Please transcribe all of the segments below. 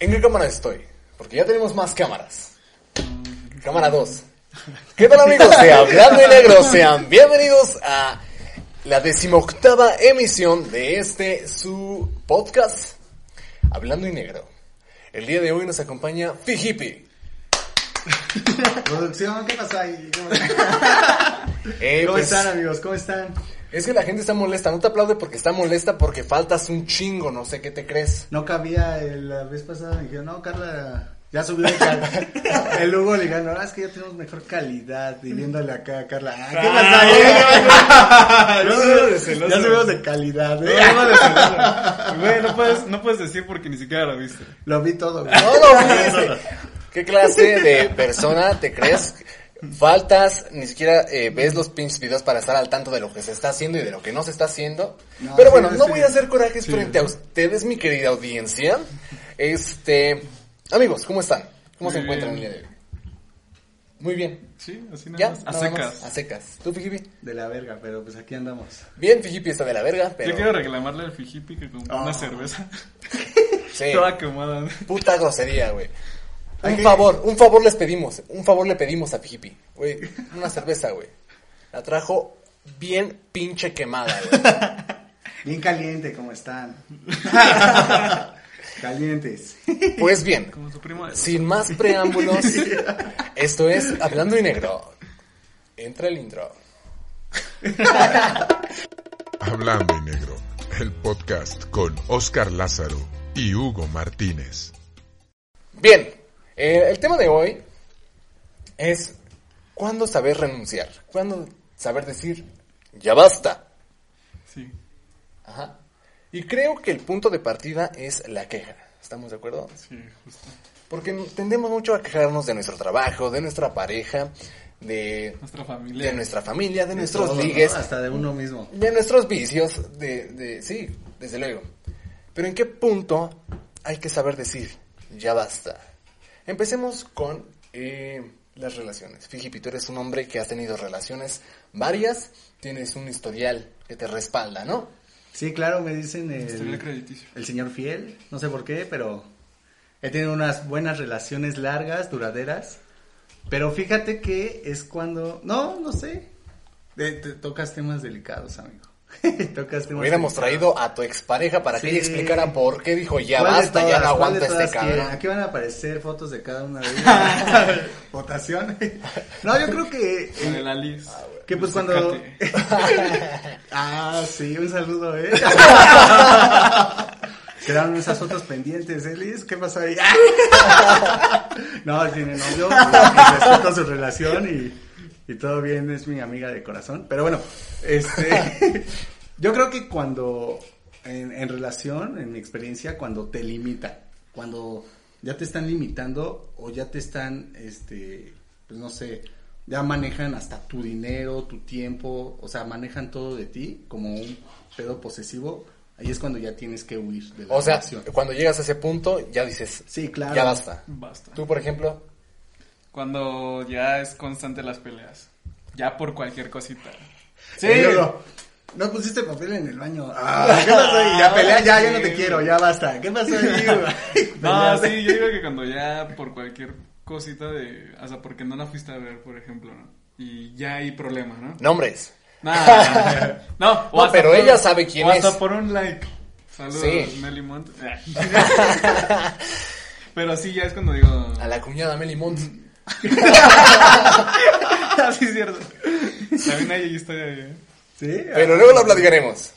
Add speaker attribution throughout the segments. Speaker 1: ¿En qué cámara estoy? Porque ya tenemos más cámaras. Cámara 2. ¿Qué tal amigos de Hablando y Negro? Sean bienvenidos a la decimoctava emisión de este su podcast Hablando y Negro. El día de hoy nos acompaña Fijipi.
Speaker 2: Producción, ¿qué pasa ahí? ¿Cómo,
Speaker 1: Eh,
Speaker 2: ¿Cómo
Speaker 1: pues,
Speaker 2: están, amigos? ¿Cómo están?
Speaker 1: Es que la gente está molesta, no te aplaude porque está molesta porque faltas un chingo, no sé qué te crees.
Speaker 2: No cabía eh, la vez pasada, me dijeron, no, Carla, ya subió el cal. El Hugo le dijeron, no, es que ya tenemos mejor calidad. Y viéndole acá a Carla, ah, ¿qué pasa
Speaker 1: Ah,
Speaker 2: ahí?
Speaker 3: no, no, no, celoso.
Speaker 2: ya subimos de calidad, ¿eh?
Speaker 3: No, no, no, no. Güey, no puedes, no puedes decir porque ni siquiera lo viste.
Speaker 2: Lo vi todo, güey.
Speaker 1: No lo viste. ¿Qué clase de persona te crees? Faltas, ni siquiera eh, ves los pinches videos para estar al tanto de lo que se está haciendo y de lo que no se está haciendo.
Speaker 2: No,
Speaker 1: Pero bueno,
Speaker 2: sí,
Speaker 1: no
Speaker 2: sí.
Speaker 1: voy a hacer corajes frente a ustedes, mi querida audiencia. Este, amigos, ¿cómo están? ¿Cómo
Speaker 3: Muy
Speaker 1: se encuentran
Speaker 3: bien.
Speaker 1: el día de hoy? Muy bien.
Speaker 3: Sí, así nada
Speaker 1: ¿Ya?
Speaker 3: más. A
Speaker 1: Nada más,
Speaker 3: secas.
Speaker 1: A secas. ¿Tú, Fijipi?
Speaker 2: De la verga, pero pues aquí andamos.
Speaker 1: Bien, Fijipi está de la verga, pero...
Speaker 3: Yo quiero reclamarle al Fijipi que compró
Speaker 2: Ah.
Speaker 3: una cerveza
Speaker 1: sí.
Speaker 3: toda quemada.
Speaker 1: Puta grosería, güey. Un
Speaker 2: Hay que-
Speaker 1: favor, un favor les pedimos. Un favor le pedimos a Pijipi. Güey, una cerveza, güey. La trajo bien pinche quemada, güey.
Speaker 2: Bien caliente, ¿cómo están? Calientes.
Speaker 1: Pues bien,
Speaker 3: Como su primo.
Speaker 1: sin más preámbulos, esto es Hablando y Negro. Entra el intro.
Speaker 4: Hablando en Negro, el podcast con Oscar Lázaro y Hugo Martínez.
Speaker 1: Bien, eh, el tema de hoy es ¿cuándo saber renunciar? ¿Cuándo saber decir ya basta?
Speaker 3: Sí.
Speaker 1: Ajá. Y creo que el punto de partida es la queja. ¿Estamos de acuerdo?
Speaker 3: Sí, justo.
Speaker 1: Porque tendemos mucho a quejarnos de nuestro trabajo, de nuestra pareja, de,
Speaker 3: Nuestra
Speaker 1: de
Speaker 3: familia.
Speaker 1: nuestra familia, de, nuestros
Speaker 2: Todo, ¿no? Ah,
Speaker 1: ligues,
Speaker 2: Hasta de uno mismo.
Speaker 1: de nuestros vicios, de, de... Sí, desde luego. Pero ¿en qué punto hay que saber decir, ya basta? Empecemos con eh, las relaciones. Fijipi, tú eres un hombre que has tenido relaciones varias, tienes un historial que te respalda, ¿no?
Speaker 2: Sí, claro, me dicen
Speaker 3: Historial
Speaker 2: el,
Speaker 3: crediticio.
Speaker 2: el señor fiel, no sé por qué, pero he tenido unas buenas relaciones largas, duraderas, pero fíjate que es cuando, no, no sé, te, te tocas temas delicados, amigo. tocas temas
Speaker 1: Hubiéramos
Speaker 2: delicados.
Speaker 1: traído a tu expareja para que
Speaker 2: Sí.
Speaker 1: ella explicara por qué dijo, ya
Speaker 2: ¿Cuál de
Speaker 1: basta, ya
Speaker 2: todas?
Speaker 1: no
Speaker 2: ¿Cuál
Speaker 1: aguanta
Speaker 2: de
Speaker 1: este
Speaker 2: todas quieren?
Speaker 1: cabrón.
Speaker 2: Aquí van a aparecer fotos de cada una de ellas. Votación. no, yo creo que...
Speaker 3: La de la Liz.
Speaker 1: Ah,
Speaker 2: Que pues
Speaker 3: Del
Speaker 2: cuando-
Speaker 3: Zacate.
Speaker 2: Ah, sí, un saludo, ¿eh? Quedaron esas fotos pendientes, ¿eh, Liz? ¿Qué pasó ahí? no, tiene novio, respeto su relación y, y todo bien, es mi amiga de corazón. Pero bueno, este, yo creo que cuando, en, en relación, en mi experiencia, cuando te limitan, cuando ya te están limitando o ya te están, este, pues no sé, ya manejan hasta tu dinero, tu tiempo, o sea, manejan todo de ti como un pedo posesivo, ahí es cuando ya tienes que huir de la
Speaker 1: O sea,
Speaker 2: relación.
Speaker 1: cuando llegas a ese punto, ya dices,
Speaker 2: Sí, claro.
Speaker 1: ya basta.
Speaker 3: Basta.
Speaker 1: Tú, por ejemplo,
Speaker 3: Cuando ya es constante las peleas. Ya por cualquier cosita.
Speaker 2: Sí. no pusiste papel en el baño. Ah, ¿Qué pasó ahí? Ya pelea, ya, ya no te quiero, ya basta. ¿Qué pasó ahí? güey?
Speaker 3: No,
Speaker 2: Peleaste.
Speaker 3: sí, yo digo que cuando ya por cualquier cosita de... O sea, porque no la fuiste a ver, por ejemplo, ¿no? Y ya hay problema, ¿no?
Speaker 1: nombres.
Speaker 3: Nah. no, o
Speaker 1: No,
Speaker 3: hasta
Speaker 1: pero ella sabe quién
Speaker 3: o
Speaker 1: es.
Speaker 3: Hasta por un like. Saludos,
Speaker 1: Sí.
Speaker 3: Nelly Mont. pero sí, ya es cuando digo.
Speaker 1: A la cuñada Meli Mont.
Speaker 3: Así ah, es cierto. También hay historia de.
Speaker 2: Sí.
Speaker 1: Pero luego lo platicaremos.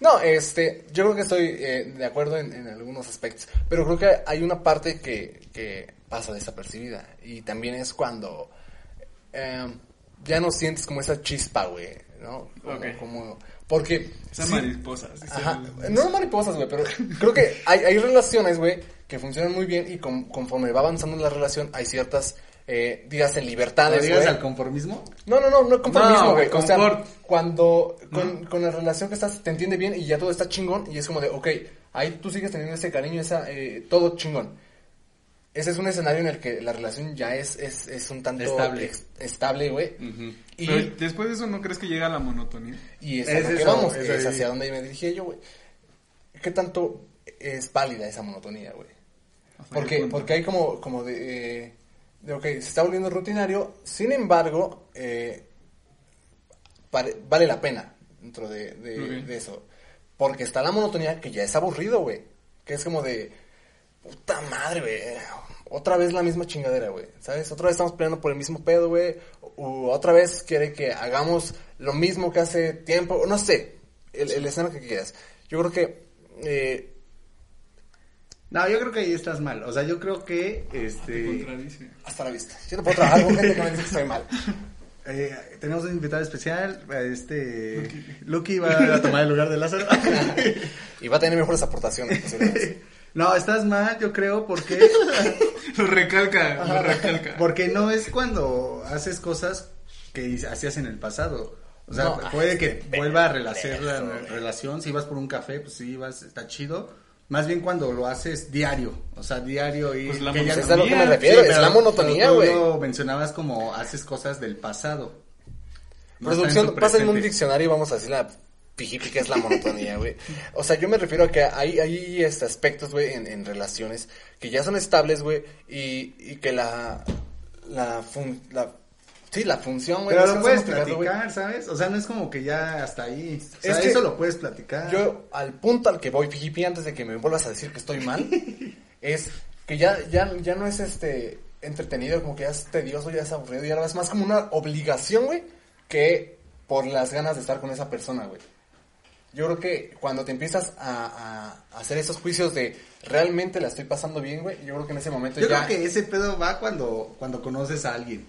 Speaker 1: No, este, yo creo que estoy eh, de acuerdo en, en algunos aspectos, pero creo que hay una parte que, que pasa desapercibida em, y también es cuando eh, ya no sientes como esa chispa, güey, ¿no? Como,
Speaker 3: Ok.
Speaker 1: como- porque...
Speaker 3: Esa
Speaker 1: sí-
Speaker 3: mariposa. sí,
Speaker 1: Ajá.
Speaker 3: sí.
Speaker 1: No mariposas, güey, pero creo que hay, hay relaciones, güey, que funcionan muy bien y con- conforme va avanzando la relación hay ciertas, eh, dígase,
Speaker 2: ¿Le
Speaker 1: libertades,
Speaker 2: digas
Speaker 1: güey.
Speaker 2: al conformismo?
Speaker 1: No, no, no, no
Speaker 3: No,
Speaker 1: conformismo, güey. o sea,
Speaker 3: confort.
Speaker 1: cuando con, con la relación que estás te entiende bien y ya todo está chingón y es como de, ok, ahí tú sigues teniendo ese cariño, esa, eh, todo chingón. Ese es un escenario en el que la relación ya es, es, es un tanto
Speaker 2: Estable.
Speaker 1: ex- estable, güey. Y,
Speaker 3: Pero después de eso, ¿no crees que llega la monotonía?
Speaker 1: y es,
Speaker 2: Es
Speaker 1: a lo que
Speaker 2: eso,
Speaker 1: vamos,
Speaker 2: es
Speaker 1: es,
Speaker 2: ahí.
Speaker 1: hacia donde me dirigía yo, güey. ¿Qué tanto es pálida esa monotonía, güey?
Speaker 3: Hasta qué
Speaker 1: Porque,
Speaker 3: punto.
Speaker 1: porque hay como, como de, eh, de, ok, se está volviendo rutinario, sin embargo, eh, pare- vale la pena dentro de, de-
Speaker 3: Ok.
Speaker 1: de eso. Porque está la monotonía que ya es aburrido, güey. Que es como de, puta madre, güey. Otra vez la misma chingadera, güey. ¿Sabes? Otra vez estamos peleando por el mismo pedo, güey. U- Otra vez quiere que hagamos lo mismo que hace tiempo. o No sé, el, el escenario que quieras. Yo creo que... eh,
Speaker 2: No, yo creo que ahí estás mal. O sea, yo creo que
Speaker 3: Te
Speaker 2: este
Speaker 3: contradice.
Speaker 1: hasta la vista. Yo no puedo trabajar con gente que me dice que estoy mal.
Speaker 2: eh, tenemos un invitado especial, este Lucky va a tomar el lugar de Lázaro.
Speaker 1: Y va a tener mejores aportaciones. posiblemente.
Speaker 2: No, estás mal, yo creo, porque
Speaker 3: Lo recalca, lo recalca.
Speaker 2: porque no es cuando haces cosas que hacías en el pasado. O sea,
Speaker 1: No,
Speaker 2: puede
Speaker 1: ay,
Speaker 2: que
Speaker 1: qué
Speaker 2: vuelva a
Speaker 1: pedo,
Speaker 2: rehacer la
Speaker 1: güey.
Speaker 2: relación, si vas por un café, pues sí vas, está chido. Más bien cuando lo haces diario, o sea, diario y
Speaker 3: Pues la
Speaker 2: que ya-
Speaker 3: monotonía.
Speaker 1: Es a lo que me
Speaker 3: Sí,
Speaker 1: refiero, es
Speaker 2: pero-
Speaker 1: la monotonía,
Speaker 2: pero tú
Speaker 1: güey.
Speaker 2: lo mencionabas como haces cosas del pasado. No está en
Speaker 1: Producción,
Speaker 2: tu
Speaker 1: pásenme un
Speaker 2: presente.
Speaker 1: diccionario y vamos a decir la pijipi que es la monotonía, güey. O sea, yo me refiero a que hay, hay este, aspectos, güey, en, en relaciones que ya son estables, güey, y, y que la, la, fun- la, sí, la función, güey.
Speaker 2: Pero
Speaker 1: es que
Speaker 2: lo
Speaker 1: no
Speaker 2: puedes
Speaker 1: sé cómo explicarlo, güey.
Speaker 2: platicar, ¿sabes? O sea, no es como que ya hasta ahí. O sea,
Speaker 1: Es que
Speaker 2: eso lo puedes platicar.
Speaker 1: Yo, al punto al que voy, Pijipi, antes de que me vuelvas a decir que estoy mal, es que ya, ya, ya no es este entretenido, como que ya es tedioso, ya es aburrido, ya es más como una obligación, güey, que por las ganas de estar con esa persona, güey. Yo creo que cuando te empiezas a, a hacer esos juicios de realmente la estoy pasando bien, güey, yo creo que en ese momento
Speaker 2: Yo
Speaker 1: ya...
Speaker 2: creo que ese pedo va cuando, cuando conoces a alguien.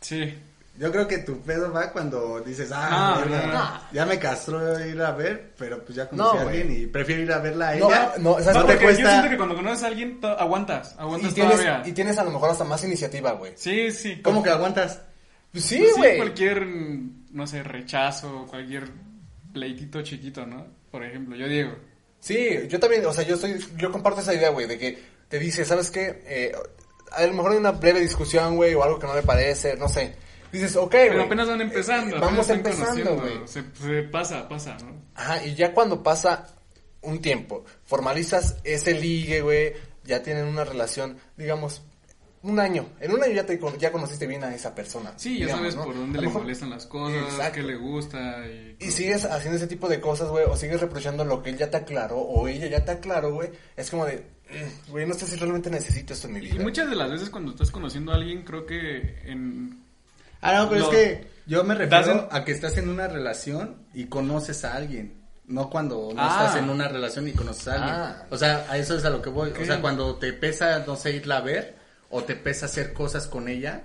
Speaker 3: Sí.
Speaker 2: Yo creo que tu pedo va cuando dices,
Speaker 3: No,
Speaker 2: ah, mierda,
Speaker 3: no, no.
Speaker 2: ya me castró ir a ver, pero pues ya conocí
Speaker 1: No,
Speaker 2: a
Speaker 1: güey.
Speaker 2: alguien y prefiero ir a verla a
Speaker 1: No,
Speaker 2: ella.
Speaker 1: no, ¿sabes por
Speaker 2: te
Speaker 3: Porque yo siento
Speaker 2: cuesta.
Speaker 3: que cuando conoces a alguien, to- aguantas,
Speaker 1: y,
Speaker 3: aguantas
Speaker 1: tienes,
Speaker 3: todavía.
Speaker 1: y tienes a lo mejor hasta más iniciativa, güey.
Speaker 3: Sí, sí.
Speaker 2: ¿Cómo que aguantas?
Speaker 1: Pues sí,
Speaker 3: Pues sí,
Speaker 1: güey.
Speaker 3: cualquier, no sé, rechazo, cualquier pleitito chiquito, ¿no? Por ejemplo, yo digo,
Speaker 1: Sí, yo también, o sea, yo estoy, yo comparto esa idea, güey, de que te dice, ¿sabes qué? Eh, a lo mejor hay una breve discusión, güey, o algo que no le parece, no sé. Dices, ok, güey.
Speaker 3: pero apenas van empezando.
Speaker 1: eh,
Speaker 3: apenas
Speaker 1: Vamos
Speaker 3: están
Speaker 1: empezando,
Speaker 3: conociendo,
Speaker 1: güey.
Speaker 3: Se, se pasa, pasa, ¿no?
Speaker 1: Ajá, y ya cuando pasa un tiempo, formalizas ese ligue, güey, ya tienen una relación, digamos, un año. En un año ya te con- ya conociste bien a esa persona.
Speaker 3: Sí, ya
Speaker 1: digamos,
Speaker 3: sabes
Speaker 1: ¿no?
Speaker 3: por
Speaker 1: A
Speaker 3: dónde
Speaker 1: lo
Speaker 3: le
Speaker 1: mejor-
Speaker 3: molestan las cosas,
Speaker 1: Exacto.
Speaker 3: qué le gusta. Y,
Speaker 1: Y sigues haciendo ese tipo de cosas, güey, o sigues reprochando lo que él ya te aclaró, o ella ya te aclaró, güey, es como de, "Mm, güey, no sé si realmente necesito esto en mi vida.
Speaker 3: y muchas de las veces cuando estás conociendo a alguien, creo que en...
Speaker 2: Ah, no, pero
Speaker 3: No.
Speaker 2: es que yo me
Speaker 3: Estás
Speaker 2: refiero
Speaker 3: en-
Speaker 2: a que estás en una relación y conoces a alguien. No cuando no
Speaker 3: Ah.
Speaker 2: estás en una relación y conoces a alguien.
Speaker 1: Ah.
Speaker 2: O sea, a eso es a lo que voy.
Speaker 3: Ok.
Speaker 2: O sea, cuando te pesa, no sé, irla a ver o te pesa hacer cosas con ella,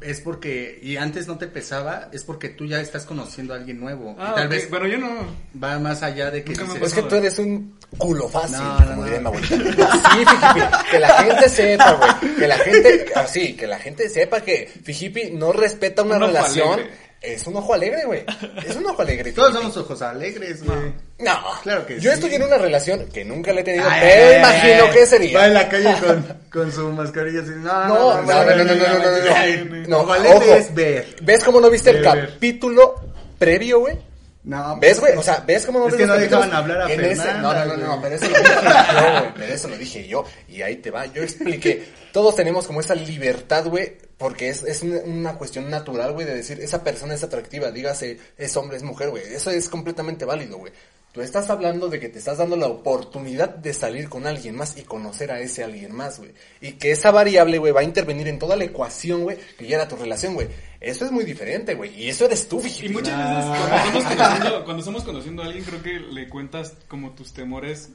Speaker 2: es porque, y antes no te pesaba, es porque tú ya estás conociendo a alguien nuevo.
Speaker 3: Ah,
Speaker 2: y tal
Speaker 3: ok,
Speaker 2: vez
Speaker 3: Bueno, yo no...
Speaker 2: va más allá de que
Speaker 3: Nunca me
Speaker 2: dices,
Speaker 1: Es que tú eres un culo fácil,
Speaker 2: No, no,
Speaker 1: como
Speaker 2: no.
Speaker 1: diría mi abuelita. Sí, Fijipi, que la gente sepa, güey. Que la gente, así, que la gente sepa que Fijipi no respeta una
Speaker 3: Un ojo
Speaker 1: relación.
Speaker 3: alegre.
Speaker 1: Es un ojo alegre, güey. Es un ojo alegre.
Speaker 2: todos
Speaker 1: Fijipi.
Speaker 2: somos ojos alegres, güey.
Speaker 1: No,
Speaker 2: Claro que
Speaker 1: Yo
Speaker 2: sí.
Speaker 1: estoy en una relación que nunca le he tenido,
Speaker 2: Ay,
Speaker 1: pero
Speaker 2: ay,
Speaker 1: imagino
Speaker 2: ay,
Speaker 1: que
Speaker 2: Va
Speaker 1: sería.
Speaker 2: en la calle con, con su mascarilla así. No,
Speaker 1: No, no, no, no, no, no, no, no, no.
Speaker 2: no.
Speaker 1: No,
Speaker 2: Ojo alegre
Speaker 1: ojo.
Speaker 2: es ver.
Speaker 1: ¿Ves cómo no viste el
Speaker 2: Ver, ver.
Speaker 1: capítulo previo, güey?
Speaker 2: No, pues,
Speaker 1: ¿Ves, güey? O sea, ¿ves cómo
Speaker 2: Es
Speaker 1: ves
Speaker 2: que
Speaker 1: los
Speaker 2: no
Speaker 1: capítulos?
Speaker 2: dejaban hablar a
Speaker 1: En ese-
Speaker 2: Fernanda,
Speaker 1: No, no, no, no,
Speaker 2: güey.
Speaker 1: pero eso lo dije yo, güey. Pero eso lo dije yo. Y ahí te va. Yo expliqué. Todos tenemos como esa libertad, güey. Porque es, es una, una cuestión natural, güey, de decir, esa persona es atractiva, dígase, es hombre, es mujer, güey. Eso es completamente válido, güey. Tú estás hablando de que te estás dando la oportunidad de salir con alguien más y conocer a ese alguien más, güey. Y que esa variable, güey, va a intervenir en toda la ecuación, güey, que ya era tu relación, güey. Eso es muy diferente, güey. Y eso eres tú,
Speaker 3: Y
Speaker 1: fíjate.
Speaker 3: muchas
Speaker 1: Ah.
Speaker 2: Ah.
Speaker 3: veces cuando estamos, conociendo, cuando estamos conociendo a alguien creo que le cuentas como tus temores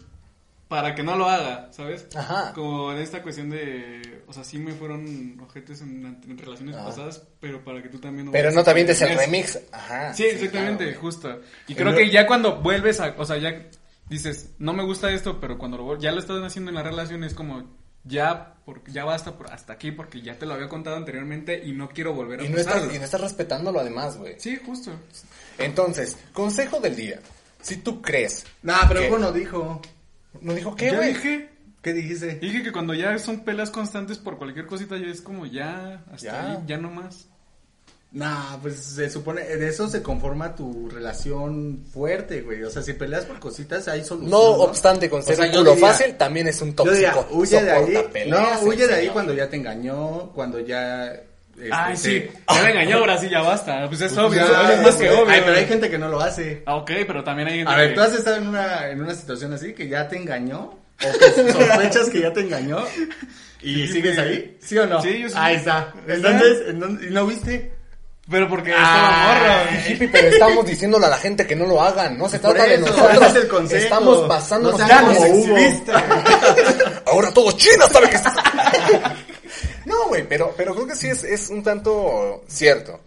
Speaker 3: para que no lo haga, ¿sabes?
Speaker 1: Ajá.
Speaker 3: Como en esta cuestión de, o sea, sí me fueron ojetes en, en relaciones
Speaker 1: Ajá.
Speaker 3: pasadas, pero para que tú también no
Speaker 1: Ah. Pero
Speaker 3: vayas
Speaker 1: no
Speaker 3: a
Speaker 1: te avientes el
Speaker 3: tener-
Speaker 1: remix. Ajá.
Speaker 3: Sí, exactamente,
Speaker 1: claro.
Speaker 3: justo. Y
Speaker 1: Pero-
Speaker 3: creo que ya cuando vuelves a, o sea, ya dices, no me gusta esto, pero cuando lo, vol- ya lo estás haciendo en la relación es como, ya, porque ya basta por, hasta aquí, porque ya te lo había contado anteriormente y no quiero volver a
Speaker 1: Y no,
Speaker 3: pasarlo.
Speaker 1: estás, y no estás respetándolo además, güey.
Speaker 3: Sí, justo.
Speaker 1: Entonces, consejo del día. Si tú crees.
Speaker 2: No, pero
Speaker 1: ¿Qué?
Speaker 2: Hugo no dijo.
Speaker 1: ¿No dijo qué,
Speaker 3: ya
Speaker 1: güey?
Speaker 3: dije,
Speaker 2: ¿Qué dijiste?
Speaker 3: dije que cuando ya son pelas constantes por cualquier cosita, ya es como, ya, hasta
Speaker 1: Ya.
Speaker 3: ahí, ya no más.
Speaker 2: Nah, pues se supone, de eso se conforma tu relación fuerte, güey. O sea, si peleas por cositas, hay solución.
Speaker 1: No obstante, con
Speaker 2: O
Speaker 1: ser
Speaker 2: sea,
Speaker 1: un
Speaker 2: yo
Speaker 1: culo
Speaker 2: diría-
Speaker 1: fácil también es un
Speaker 2: Yo
Speaker 1: tóxico.
Speaker 2: diría, huye de
Speaker 1: Soporta
Speaker 2: ahí.
Speaker 1: peleas,
Speaker 2: No, huye
Speaker 1: el
Speaker 2: de ahí
Speaker 1: señor.
Speaker 2: cuando ya te engañó, cuando ya. este,
Speaker 3: Ay, sí,
Speaker 2: te-
Speaker 3: ya me engañó, ahora sí, ya basta. Pues es obvio,
Speaker 2: Ya,
Speaker 3: es más que obvio.
Speaker 2: Ay, pero hay gente que no lo hace.
Speaker 3: Ah, ok, pero también hay gente
Speaker 2: A ver,
Speaker 3: que-
Speaker 2: ¿tú has estado en una, en una situación así que ya te engañó? ¿O que sospechas que ya te engañó? ¿Y sigues ahí? ¿Sí o no?
Speaker 3: Sí, yo sí.
Speaker 2: Ahí está. Entonces, entonces, ¿no viste?
Speaker 3: Pero porque
Speaker 2: Ah,
Speaker 3: estaba morro.
Speaker 1: Hippie, pero estamos diciéndole a la gente que no lo hagan. No se
Speaker 2: Por
Speaker 1: trata de
Speaker 2: eso,
Speaker 1: nosotros.
Speaker 2: ese es el consejo.
Speaker 1: Estamos pasándonos
Speaker 2: No
Speaker 1: ya
Speaker 2: sean
Speaker 1: como
Speaker 2: como
Speaker 1: Hugo.
Speaker 2: exhibiste.
Speaker 1: Ahora todos chinos saben que estás. no, güey, pero, pero creo que sí es, es un tanto cierto.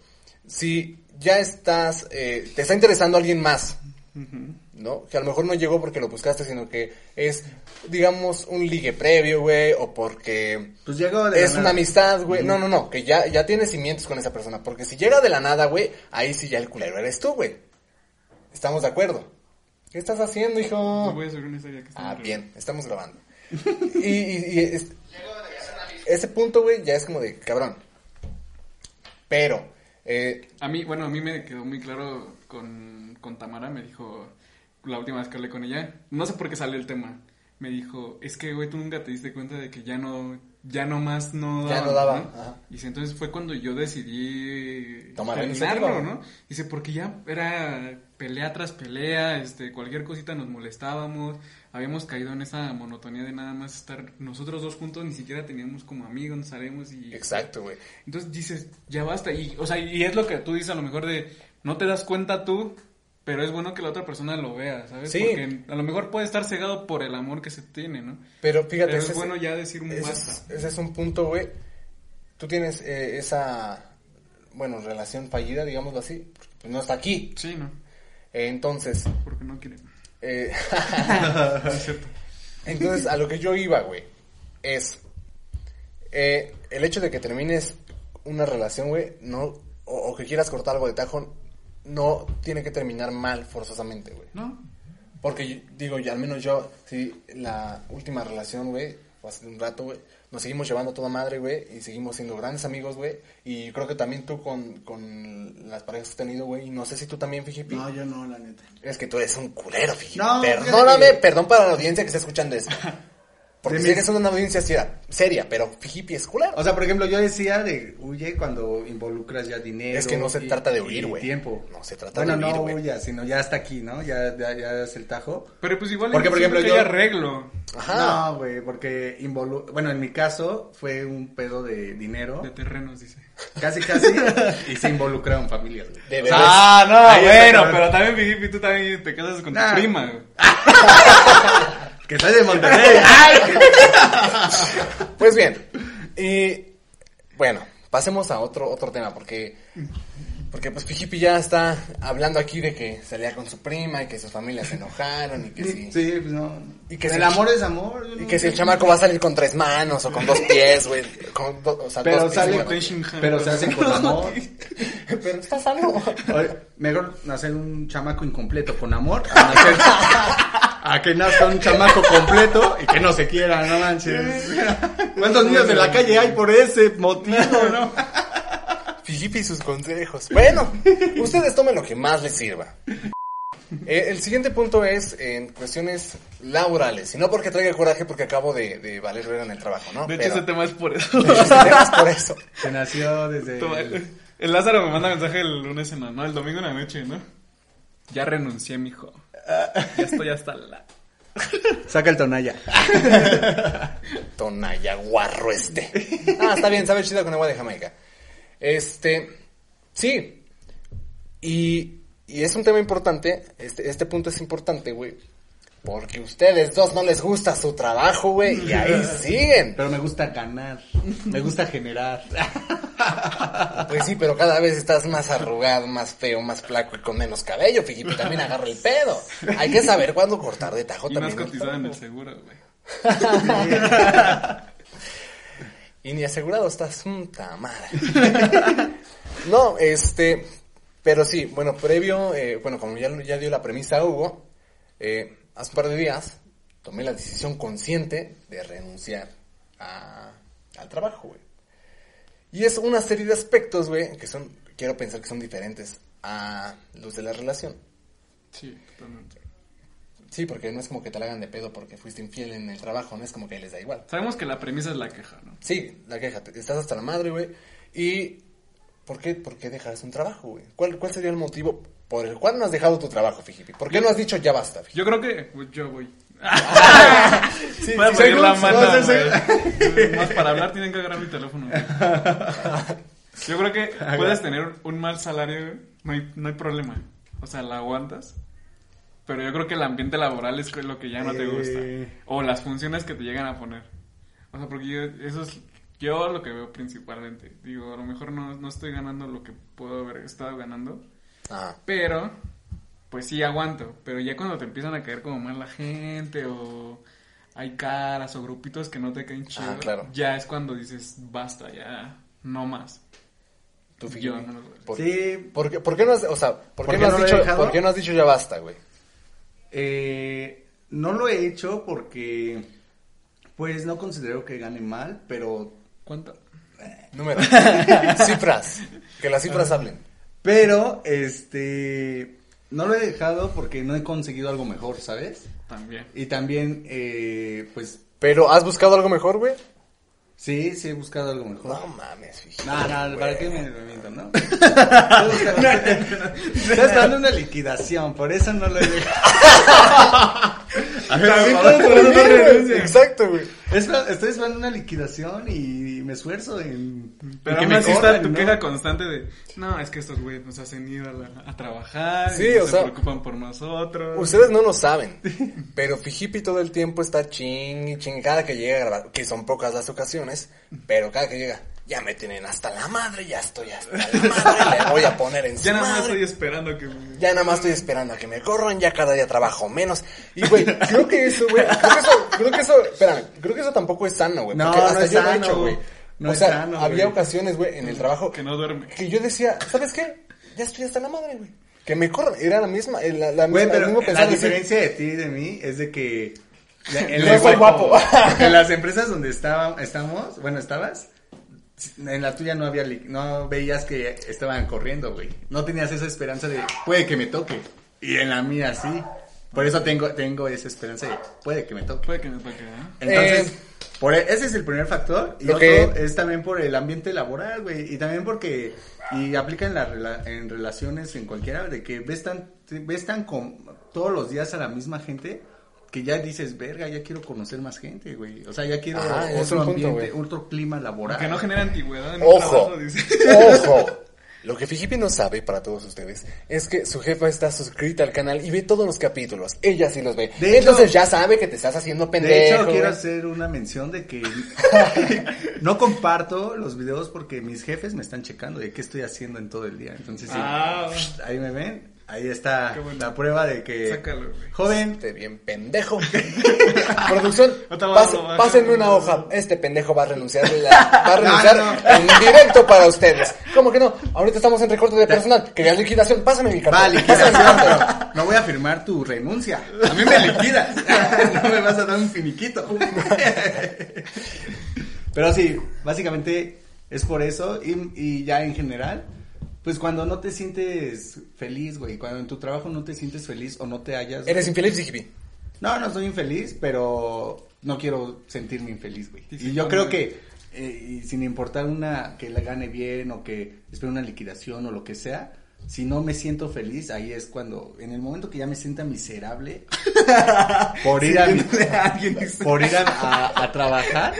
Speaker 1: Si ya estás, eh, te está interesando alguien más, ¿no? Que a lo mejor no llegó porque lo buscaste, sino que es, digamos, un ligue previo, güey, o porque
Speaker 2: Pues llegó de la
Speaker 1: es una
Speaker 2: nada.
Speaker 1: amistad, güey. No, no, no, que ya, ya tienes cimientos con esa persona. Porque si llega de la nada, güey, ahí sí ya el culero eres tú, güey. Estamos de acuerdo. ¿Qué estás haciendo, hijo?
Speaker 3: No voy a subir una historia que está
Speaker 1: Ah,
Speaker 3: en el-
Speaker 1: bien, estamos grabando. y y- y es- ese punto, güey, ya es como de cabrón. Pero, eh,
Speaker 3: A mí, bueno, a mí me quedó muy claro con, con Tamara, me dijo la última vez que hablé con ella, no sé por qué salió el tema. Me dijo, es que güey, tú nunca te diste cuenta de que ya no, ya no más no
Speaker 1: Ya
Speaker 3: daba.
Speaker 1: no daba, ajá.
Speaker 3: Y dice, entonces fue cuando yo decidí
Speaker 1: Tomar la
Speaker 3: terminarlo,
Speaker 1: iniciativa.
Speaker 3: ¿no? Dice, porque ya era pelea tras pelea, este, cualquier cosita nos molestábamos, habíamos caído en esa monotonía de nada más estar nosotros dos juntos, ni siquiera teníamos como amigos, nos haremos y
Speaker 1: exacto, güey.
Speaker 3: entonces dices, ya basta. Y, o sea, y es lo que tú dices a lo mejor de, no te das cuenta tú, pero es bueno que la otra persona lo vea, ¿sabes?
Speaker 1: Sí.
Speaker 3: Porque a lo mejor puede estar cegado por el amor que se tiene, ¿no?
Speaker 1: Pero fíjate,
Speaker 3: pero es
Speaker 1: ese es-
Speaker 3: bueno ya decir un
Speaker 1: ese, es,
Speaker 3: basta.
Speaker 1: ese es un punto, güey. Tú tienes eh, esa, bueno, relación fallida, digámoslo así. porque, pues, no está aquí.
Speaker 3: Sí, ¿no?
Speaker 1: Eh, entonces,
Speaker 3: Porque no quiere.
Speaker 1: eh,
Speaker 3: No es cierto.
Speaker 1: Entonces, a lo que yo iba, güey, es eh, el hecho de que termines una relación, güey, no, o, o que quieras cortar algo de tajo, no tiene que terminar mal forzosamente, güey.
Speaker 3: No.
Speaker 1: Porque yo- digo, yo, al menos yo, si la última relación, güey, fue hace un rato, güey, nos seguimos llevando a toda madre, güey, y seguimos siendo grandes amigos, güey, y creo que también tú con, con las parejas que has tenido, güey, y no sé si tú también, Fijipi.
Speaker 2: No, yo no, la neta.
Speaker 1: Es que tú eres un culero, Fiji.
Speaker 2: No,
Speaker 1: Perdóname,
Speaker 2: fíjate que-
Speaker 1: perdón para la audiencia que está escuchando esto. Porque
Speaker 2: De
Speaker 1: sé
Speaker 2: mí.
Speaker 1: que es una audiencia seria, seria pero Fijipi es culero.
Speaker 2: O sea, por ejemplo, yo decía de huye cuando involucras ya dinero.
Speaker 1: Es que no se
Speaker 2: y-
Speaker 1: trata de
Speaker 2: y
Speaker 1: huir, güey.
Speaker 2: Tiempo.
Speaker 1: No se trata
Speaker 2: bueno,
Speaker 1: de huir,
Speaker 2: no
Speaker 1: güey.
Speaker 2: huyas, sino ya hasta aquí, ¿no? Ya, ya, ya es el tajo.
Speaker 3: Pero pues igual
Speaker 2: Porque, por
Speaker 3: siempre
Speaker 2: ejemplo,
Speaker 3: que hay
Speaker 2: yo-
Speaker 3: arreglo.
Speaker 1: Ajá.
Speaker 2: No, güey, porque involu bueno, en mi caso fue un pedo de dinero,
Speaker 3: De terrenos, dice.
Speaker 2: casi casi, y se involucraron familias. güey.
Speaker 1: De
Speaker 2: O
Speaker 1: bebés.
Speaker 2: sea,
Speaker 3: Ah, no,
Speaker 2: Ahí está,
Speaker 3: bueno,
Speaker 2: cabrón.
Speaker 3: pero también Fijipi, tú también te casas con
Speaker 2: Nah.
Speaker 3: tu prima, güey.
Speaker 2: que soy de Monterrey.
Speaker 1: Pues bien. Y bueno, pasemos a otro, otro tema, porque, porque pues Fijipi ya está hablando aquí de que salía con su prima y que sus familias se enojaron y que sí.
Speaker 2: Sí, pues no.
Speaker 1: Y que
Speaker 2: el
Speaker 1: si-
Speaker 2: amor es amor. yo
Speaker 1: Y
Speaker 2: no
Speaker 1: que si
Speaker 2: sé.
Speaker 1: el chamaco va a salir con tres manos o con dos pies, güey. con do- o sea,
Speaker 2: Pero
Speaker 1: dos pies,
Speaker 2: sale,
Speaker 1: güey.
Speaker 3: con- Shinhan.
Speaker 2: pero se hace con amor.
Speaker 1: Pero está sano.
Speaker 2: Oye, Mejor nacer un chamaco incompleto con amor a, nacer- a que nazca un chamaco completo y que no se quiera, no manches. ¿Cuántos niños en la calle hay por ese motivo, no?
Speaker 1: Fijipi y sus consejos. Bueno, ustedes tomen lo que más les sirva. Eh, el siguiente punto es en cuestiones laborales. Y no porque traiga coraje, porque acabo de, de valer verga en el trabajo, ¿no?
Speaker 3: De hecho,
Speaker 1: Pero-
Speaker 3: ese tema es por eso.
Speaker 1: Ese tema es por eso.
Speaker 2: Se nació desde...
Speaker 3: Toma, El el Lázaro me manda mensaje el lunes en la no, el domingo en la noche, ¿no? Ya renuncié, mijo. Ya estoy hasta la.
Speaker 2: Saca el tonalla.
Speaker 1: Tonayaguarro este. Ah, está bien, sabe chido con agua de Jamaica. Este, sí. Y, y es un tema importante, este, este punto es importante, güey. Porque ustedes dos no les gusta su trabajo, güey, y ahí siguen.
Speaker 2: Pero me gusta ganar, me gusta generar.
Speaker 1: Pues sí, pero cada vez estás más arrugado, más feo, más flaco y con menos cabello, Filipe, también agarra el pedo. Hay que saber cuándo cortar de tajo
Speaker 3: Y más
Speaker 1: también.
Speaker 3: cotizada en el seguro, güey.
Speaker 1: Y ni asegurado estás, puta madre. no, este, pero sí, bueno, previo, eh, bueno, como ya, ya dio la premisa a Hugo, eh, hace un par de días tomé la decisión consciente de renunciar a- al trabajo, güey. Y es una serie de aspectos, güey, que son, quiero pensar que son diferentes a los de la relación.
Speaker 3: Sí, totalmente.
Speaker 1: Sí, porque no es como que te la hagan de pedo porque fuiste infiel en el trabajo, no es como que les da igual.
Speaker 3: Sabemos que la premisa es la queja, ¿no?
Speaker 1: Sí, la queja. te- Estás hasta la madre, güey. ¿Y por qué, por qué dejas un trabajo, güey? ¿Cuál, ¿Cuál sería el motivo por el cual no has dejado tu trabajo, Fijipi? ¿Por qué no has dicho ya basta, Fijipi?
Speaker 3: Yo creo que pues, yo voy.
Speaker 1: Sí,
Speaker 3: Voy a
Speaker 1: sí,
Speaker 3: pedir la
Speaker 1: según-
Speaker 3: mano,
Speaker 1: no, sí, sí.
Speaker 3: güey. Más para hablar tienen que agarrar mi teléfono. güey. Yo creo que puedes tener un mal salario, güey, no hay, no hay problema. O sea, la aguantas. Pero yo creo que el ambiente laboral es lo que ya no te gusta.
Speaker 2: Eh.
Speaker 3: O las funciones que te llegan a poner. O sea, porque yo, eso es yo lo que veo principalmente. Digo, a lo mejor no, no estoy ganando lo que puedo haber estado ganando.
Speaker 1: Ajá.
Speaker 3: Pero, pues sí, aguanto. Pero ya cuando te empiezan a caer como mal la gente o hay caras o grupitos que no te caen chido,
Speaker 1: Ah, claro.
Speaker 3: ya es cuando dices, basta, ya, no más.
Speaker 1: Tú, Fijipi.
Speaker 3: Yo no lo veo.
Speaker 1: ¿Por,
Speaker 2: Sí.
Speaker 1: ¿por qué, por qué no has, o sea, ¿por, qué no has
Speaker 2: lo he
Speaker 1: dicho,
Speaker 2: dejado?
Speaker 1: ¿por qué no has dicho ya basta, güey?
Speaker 2: Eh, no lo he hecho porque, pues, no considero que gane mal, pero,
Speaker 3: ¿Cuánto?
Speaker 1: Número. cifras. Que las cifras hablen.
Speaker 2: pero, este, no lo he dejado porque no he conseguido algo mejor, ¿sabes?
Speaker 3: También.
Speaker 2: Y también, eh, pues,
Speaker 1: Pero, ¿has buscado algo mejor, güey?
Speaker 2: sí, sí he buscado algo mejor.
Speaker 1: No mames, Fijipi.
Speaker 2: No, no,
Speaker 1: güey.
Speaker 2: ¿para qué me miento, no? Estás dando una liquidación, por eso no lo he dejado. A ver,
Speaker 1: Sí,
Speaker 2: por favor,
Speaker 1: güey,
Speaker 2: no renuncies.
Speaker 1: Exacto, güey.
Speaker 2: Es- Estoy esperando una liquidación y me esfuerzo en... en
Speaker 3: Pero
Speaker 2: que
Speaker 3: aún
Speaker 2: me
Speaker 3: así
Speaker 2: corran,
Speaker 3: está tu
Speaker 2: ¿no?
Speaker 3: queja constante de, no, es que estos güeyes nos hacen ir a, la- a trabajar,
Speaker 1: Sí,
Speaker 3: y no
Speaker 1: o
Speaker 3: se
Speaker 1: sea,
Speaker 3: preocupan por nosotros.
Speaker 1: Ustedes no lo saben, pero Fijipi todo el tiempo está ching y ching cada que llega a grabar, que son pocas las ocasiones, pero cada que llega, ya me tienen hasta la madre, ya estoy hasta la madre, le voy a poner en su
Speaker 3: ya nada más
Speaker 1: madre.
Speaker 3: estoy esperando que me-
Speaker 1: Ya nada más estoy esperando a que me corran, ya cada día trabajo menos. Y güey, creo que eso, güey, creo que eso, creo que eso, espérame, creo que eso tampoco es sano, güey.
Speaker 2: No,
Speaker 1: porque
Speaker 2: no
Speaker 1: hasta
Speaker 2: es
Speaker 1: yo lo he
Speaker 2: sano,
Speaker 1: hecho, güey.
Speaker 2: no
Speaker 1: o
Speaker 2: es
Speaker 1: sea,
Speaker 2: sano,
Speaker 1: había
Speaker 2: güey.
Speaker 1: ocasiones, güey, en el trabajo
Speaker 3: que no duerme.
Speaker 1: que yo decía, ¿sabes qué? Ya estoy hasta la madre, güey. Que me corran, era la misma, eh, la, la
Speaker 2: Güey,
Speaker 1: misma, el
Speaker 2: pero
Speaker 1: mismo
Speaker 2: la
Speaker 1: pensar de decir,
Speaker 2: diferencia de ti y de mí es de que... En
Speaker 1: No soy guapo.
Speaker 2: En las empresas donde estaba, estamos, bueno, estabas, en la tuya no había... li- No veías que estaban corriendo, güey. No tenías esa esperanza de, puede que me toque. Y en la mía sí. Por eso tengo, tengo esa esperanza de, puede que me toque.
Speaker 3: Puede que me toque, ¿eh?
Speaker 2: Entonces,
Speaker 1: Eh,
Speaker 2: por e- ese es el primer factor. Y
Speaker 1: lo
Speaker 2: otro
Speaker 1: que-
Speaker 2: es también por el ambiente laboral, güey. Y también porque. Y aplica en, la rela- en relaciones, en cualquiera, de que ves tan, te- ves tan con, todos los días a la misma gente que ya dices, verga, ya quiero conocer más gente, güey. O sea, ya quiero
Speaker 1: Ah, es
Speaker 2: otro
Speaker 1: un punto,
Speaker 2: ambiente,
Speaker 1: güey.
Speaker 2: otro clima laboral.
Speaker 3: Que no genera antigüedad en un
Speaker 1: Ojo,
Speaker 3: trabajo, dice.
Speaker 1: ojo. Lo que Fijipi no sabe para todos ustedes es que su jefa está suscrita al canal y ve todos los capítulos. Ella sí los ve.
Speaker 2: De
Speaker 1: Entonces
Speaker 2: hecho-
Speaker 1: ya sabe que te estás haciendo pendejo.
Speaker 2: De hecho,
Speaker 1: güey.
Speaker 2: quiero hacer una mención de que no comparto los videos porque mis jefes me están checando de qué estoy haciendo en todo el día. Entonces, sí,
Speaker 3: Ah.
Speaker 2: ahí me ven, ahí está
Speaker 3: Qué bueno.
Speaker 2: la prueba de que...
Speaker 3: Sácalo, güey.
Speaker 2: Joven,
Speaker 1: Este bien pendejo. Producción,
Speaker 3: No te va a
Speaker 1: pas-
Speaker 3: robar.
Speaker 1: pásenme una hoja. Este pendejo va a renunciar, la- va a renunciar
Speaker 2: No, no.
Speaker 1: en directo para ustedes. ¿Cómo que no? Ahorita estamos en recorte de personal. Quería liquidación. Pásame mi cartón.
Speaker 2: va a liquidación, pero no voy a firmar tu renuncia. A mí me liquidas. No me vas a dar un finiquito. Pero sí, básicamente es por eso y, y ya en general, pues cuando no te sientes feliz, güey, cuando en tu trabajo no te sientes feliz o no te hallas...
Speaker 1: Eres infeliz, Fijipi.
Speaker 2: No, no soy infeliz, pero no quiero sentirme infeliz, güey.
Speaker 3: Dice,
Speaker 2: Y yo
Speaker 3: ¿cómo?
Speaker 2: creo que, eh, y sin importar una que la gane bien o que espere una liquidación o lo que sea, si no me siento feliz, ahí es cuando, en el momento que ya me sienta miserable por ir a, mi- por ir a, a- a trabajar,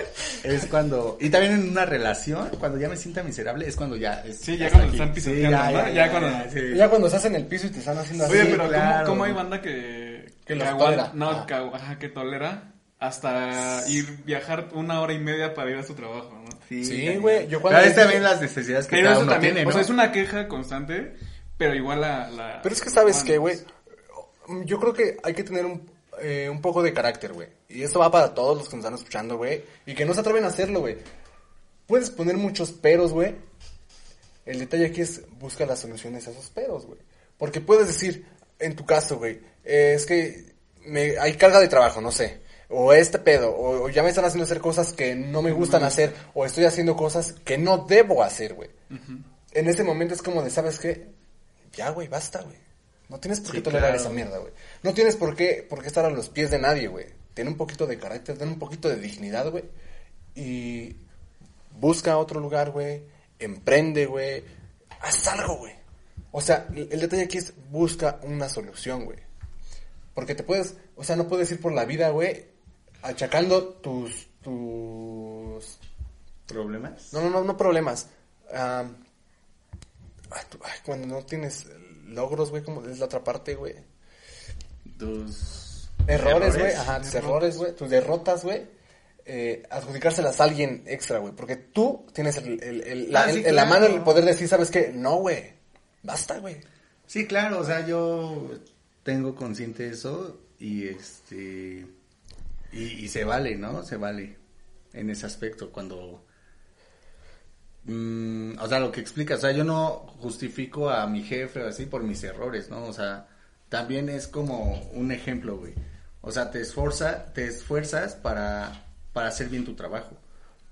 Speaker 2: es cuando, y también en una relación, cuando ya me sienta miserable, es cuando ya. es-
Speaker 3: Sí, ya
Speaker 2: hasta
Speaker 3: cuando
Speaker 2: aquí.
Speaker 3: están
Speaker 2: Sí,
Speaker 3: pisoteando, ¿no? Ya cuando-
Speaker 2: sí.
Speaker 1: Ya cuando estás en el piso y te están haciendo
Speaker 3: Oye,
Speaker 1: así.
Speaker 3: pero ¿cómo-
Speaker 2: claro,
Speaker 3: ¿cómo, hay
Speaker 2: güey.
Speaker 3: banda que,
Speaker 1: Que los tolera.
Speaker 3: aguanta- No,
Speaker 1: Ajá.
Speaker 3: que, agu- ajá, que tolera hasta ir viajar una hora y media para ir a su trabajo, ¿no?
Speaker 1: Sí, güey. Yo
Speaker 2: Pero
Speaker 1: cuando.
Speaker 2: ahí también las necesidades que
Speaker 3: Pero
Speaker 2: cada
Speaker 3: eso
Speaker 2: uno
Speaker 3: también,
Speaker 2: tiene, ¿no?
Speaker 3: o sea, es una queja constante, pero igual la... la- pues,
Speaker 1: Pero es que sabes
Speaker 3: bueno,
Speaker 1: que, güey, yo creo que hay que tener un, eh, un poco de carácter, güey. Y esto va para todos los que nos están escuchando, güey. Y que no se atreven a hacerlo, güey. Puedes poner muchos peros, güey. El detalle aquí es busca las soluciones a esos peros, güey. Porque puedes decir, en tu caso, güey, eh, es que me, hay carga de trabajo, no sé. O este pedo, o, o ya me están haciendo hacer cosas que no me gustan hacer, o estoy haciendo cosas que no debo hacer, güey. En ese momento es como de, ¿sabes qué? Ya, güey, basta, güey. No tienes por qué tolerar
Speaker 2: claro.
Speaker 1: esa mierda, güey. No tienes por qué, por qué estar a los pies de nadie, güey. Ten un poquito de carácter, ten un poquito de dignidad, güey. Y busca otro lugar, güey, emprende, güey, haz algo, güey. O sea, el el detalle aquí es busca una solución, güey. Porque te puedes, o sea, no puedes ir por la vida, güey, achacando tus, tus,
Speaker 2: ¿Problemas?
Speaker 1: no, no, no, no problemas. Am, ay, tú- ay, cuando no tienes logros, güey, como es la otra parte, güey.
Speaker 2: Tus...
Speaker 1: Errores, güey, ajá, tus errores, güey, tus derrotas, güey. eh, adjudicárselas a alguien extra, güey. Porque tú tienes el, el- el- la,
Speaker 2: Ah, sí,
Speaker 1: el- en la
Speaker 2: claro.
Speaker 1: mano el poder de decir, ¿sabes qué? No, güey. Basta, güey.
Speaker 2: Sí, claro, o sea, yo tengo consciente eso y este y, y se vale, ¿no? Se vale en ese aspecto cuando mm, o sea, lo que explica, o sea, yo no justifico a mi jefe o así por mis errores, ¿no? O sea, también es como un ejemplo, güey. O sea, te esforza, te esfuerzas para para hacer bien tu trabajo.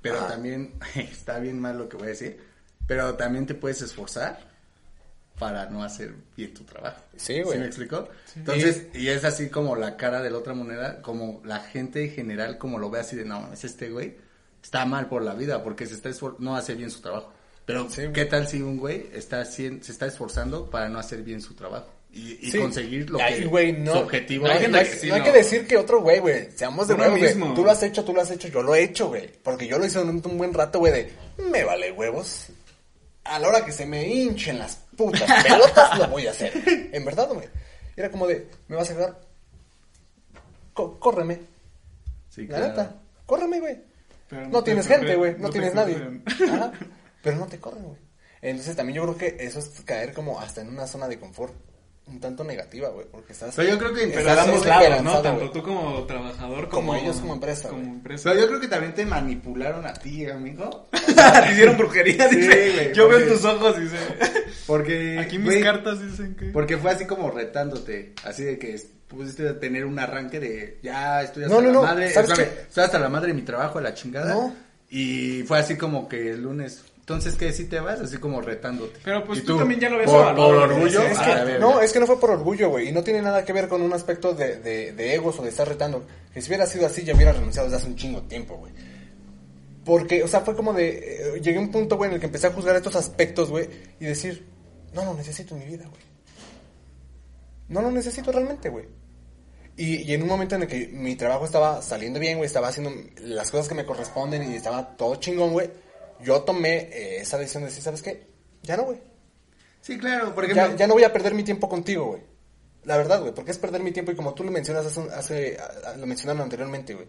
Speaker 2: Pero
Speaker 1: Ajá.
Speaker 2: también está bien mal lo que voy a decir, pero también te puedes esforzar para no hacer bien tu trabajo.
Speaker 1: Sí, güey.
Speaker 2: me explicó? Entonces, y es así como la cara de la otra moneda, como la gente en general, como lo ve así de, no, es este güey, está mal por la vida, porque se está esfor- no hace bien su trabajo. Pero,
Speaker 1: Sí,
Speaker 2: ¿qué tal si un güey está hacien- se está esforzando para no hacer bien su trabajo? Y, y
Speaker 1: Sí.
Speaker 2: conseguir lo
Speaker 1: Ay,
Speaker 2: que,
Speaker 1: güey, no.
Speaker 2: su objetivo.
Speaker 1: No, hay,
Speaker 2: es?
Speaker 1: no hay-
Speaker 3: que sí,
Speaker 1: no hay
Speaker 3: no.
Speaker 1: que decir que otro güey, güey. Seamos de
Speaker 3: Uno
Speaker 1: nuevo, güey.
Speaker 3: mismo.
Speaker 1: Tú lo has hecho, tú lo has hecho, yo lo he hecho, güey. Porque yo lo hice un, un buen rato, güey, de me vale huevos. A la hora que se me hinchen las putas pelotas, lo voy a hacer. En verdad, güey. Era como de, ¿me vas a ayudar? Co- córreme.
Speaker 2: Sí,
Speaker 1: La
Speaker 2: claro.
Speaker 1: neta. Córreme, güey.
Speaker 3: Pero
Speaker 1: No,
Speaker 3: no te
Speaker 1: tienes
Speaker 3: corren,
Speaker 1: gente, güey. No,
Speaker 3: no te
Speaker 1: tienes nadie.
Speaker 3: corren.
Speaker 1: Ajá. Pero no te corren, güey. Entonces también yo creo que eso es caer como hasta en una zona de confort un tanto negativa, güey. Porque estás...
Speaker 2: Pero yo creo que
Speaker 3: Pero
Speaker 1: Estás
Speaker 3: de ambos
Speaker 1: esperanzado,
Speaker 3: lados, ¿no? Tanto
Speaker 1: güey.
Speaker 3: tú como trabajador
Speaker 1: Como ellos como empresa,
Speaker 3: Como
Speaker 1: güey.
Speaker 3: empresa.
Speaker 2: Pero yo creo que también te manipularon a ti, amigo.
Speaker 3: Te hicieron brujería,
Speaker 2: Sí,
Speaker 3: dice.
Speaker 2: güey,
Speaker 3: yo veo en
Speaker 2: porque-
Speaker 3: tus ojos, dice.
Speaker 2: Porque
Speaker 3: Aquí mis
Speaker 2: güey,
Speaker 3: cartas dicen que.
Speaker 2: Porque fue así como retándote, así de que pusiste a tener un arranque de ya estoy hasta
Speaker 1: No, no,
Speaker 2: la
Speaker 1: no,
Speaker 2: madre,
Speaker 1: ¿sabes
Speaker 2: espérame,
Speaker 1: qué?
Speaker 2: estoy hasta la madre de mi trabajo, a la chingada.
Speaker 1: No.
Speaker 2: Y fue así como que el lunes. Entonces, ¿qué? Si te vas, así como retándote.
Speaker 3: Pero, pues,
Speaker 2: Y
Speaker 3: tú también ya lo habías
Speaker 2: por,
Speaker 3: evaluado,
Speaker 2: por
Speaker 3: ¿no?
Speaker 2: orgullo. Ah,
Speaker 3: Es
Speaker 1: Es
Speaker 2: a
Speaker 1: que-
Speaker 2: la verga.
Speaker 1: no, es que no fue por orgullo, güey. Y no tiene nada que ver con un aspecto de, de, de egos o de estar retando. Que si hubiera sido así, ya hubiera renunciado desde hace un chingo de tiempo, güey. Porque, o sea, fue como de. eh, llegué a un punto, güey, en el que empecé a juzgar estos aspectos, güey. Y decir, no lo necesito en mi vida, güey. No lo necesito realmente, güey. Y, y en un momento en el que mi trabajo estaba saliendo bien, güey, estaba haciendo las cosas que me corresponden y estaba todo chingón, güey. Yo tomé eh, esa decisión de decir, ¿sabes qué? Ya no, güey
Speaker 2: Sí, claro, por ejemplo.
Speaker 1: ya, ya no voy a perder mi tiempo contigo, güey. La verdad, güey, porque es perder mi tiempo y como tú lo mencionas hace, hace- a- a- lo mencionaron anteriormente, güey.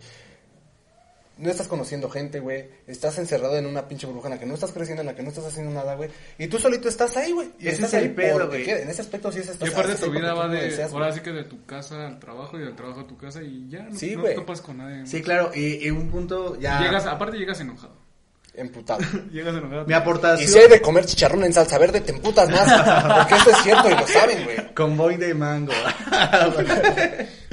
Speaker 1: No estás conociendo gente, güey. Estás encerrado en una pinche burbuja en la que no estás creciendo, en la que no estás haciendo nada, güey. Y tú solito estás ahí, güey.
Speaker 2: Y ese
Speaker 1: Estás
Speaker 2: es el
Speaker 1: ahí
Speaker 2: pedo,
Speaker 1: porque
Speaker 2: güey.
Speaker 1: quieres. En ese aspecto sí es estás
Speaker 3: Y aparte
Speaker 1: estás
Speaker 3: tu
Speaker 1: ahí
Speaker 3: vida
Speaker 1: porque
Speaker 3: va
Speaker 1: tú lo
Speaker 3: de,
Speaker 1: deseas, güey.
Speaker 3: ahora sí que de tu casa al trabajo y del trabajo a tu casa y ya no,
Speaker 1: Sí,
Speaker 3: no
Speaker 1: güey.
Speaker 3: te topas con nadie.
Speaker 2: Sí,
Speaker 3: güey.
Speaker 2: claro, y, y un punto ya.
Speaker 3: Llegas, aparte llegas enojado.
Speaker 1: Emputado.
Speaker 3: Llegas enojado.
Speaker 2: Mi aportación.
Speaker 1: y si hay de comer chicharrón en salsa verde, te emputas más. Porque esto es cierto y lo saben, güey.
Speaker 2: Convoy de mango.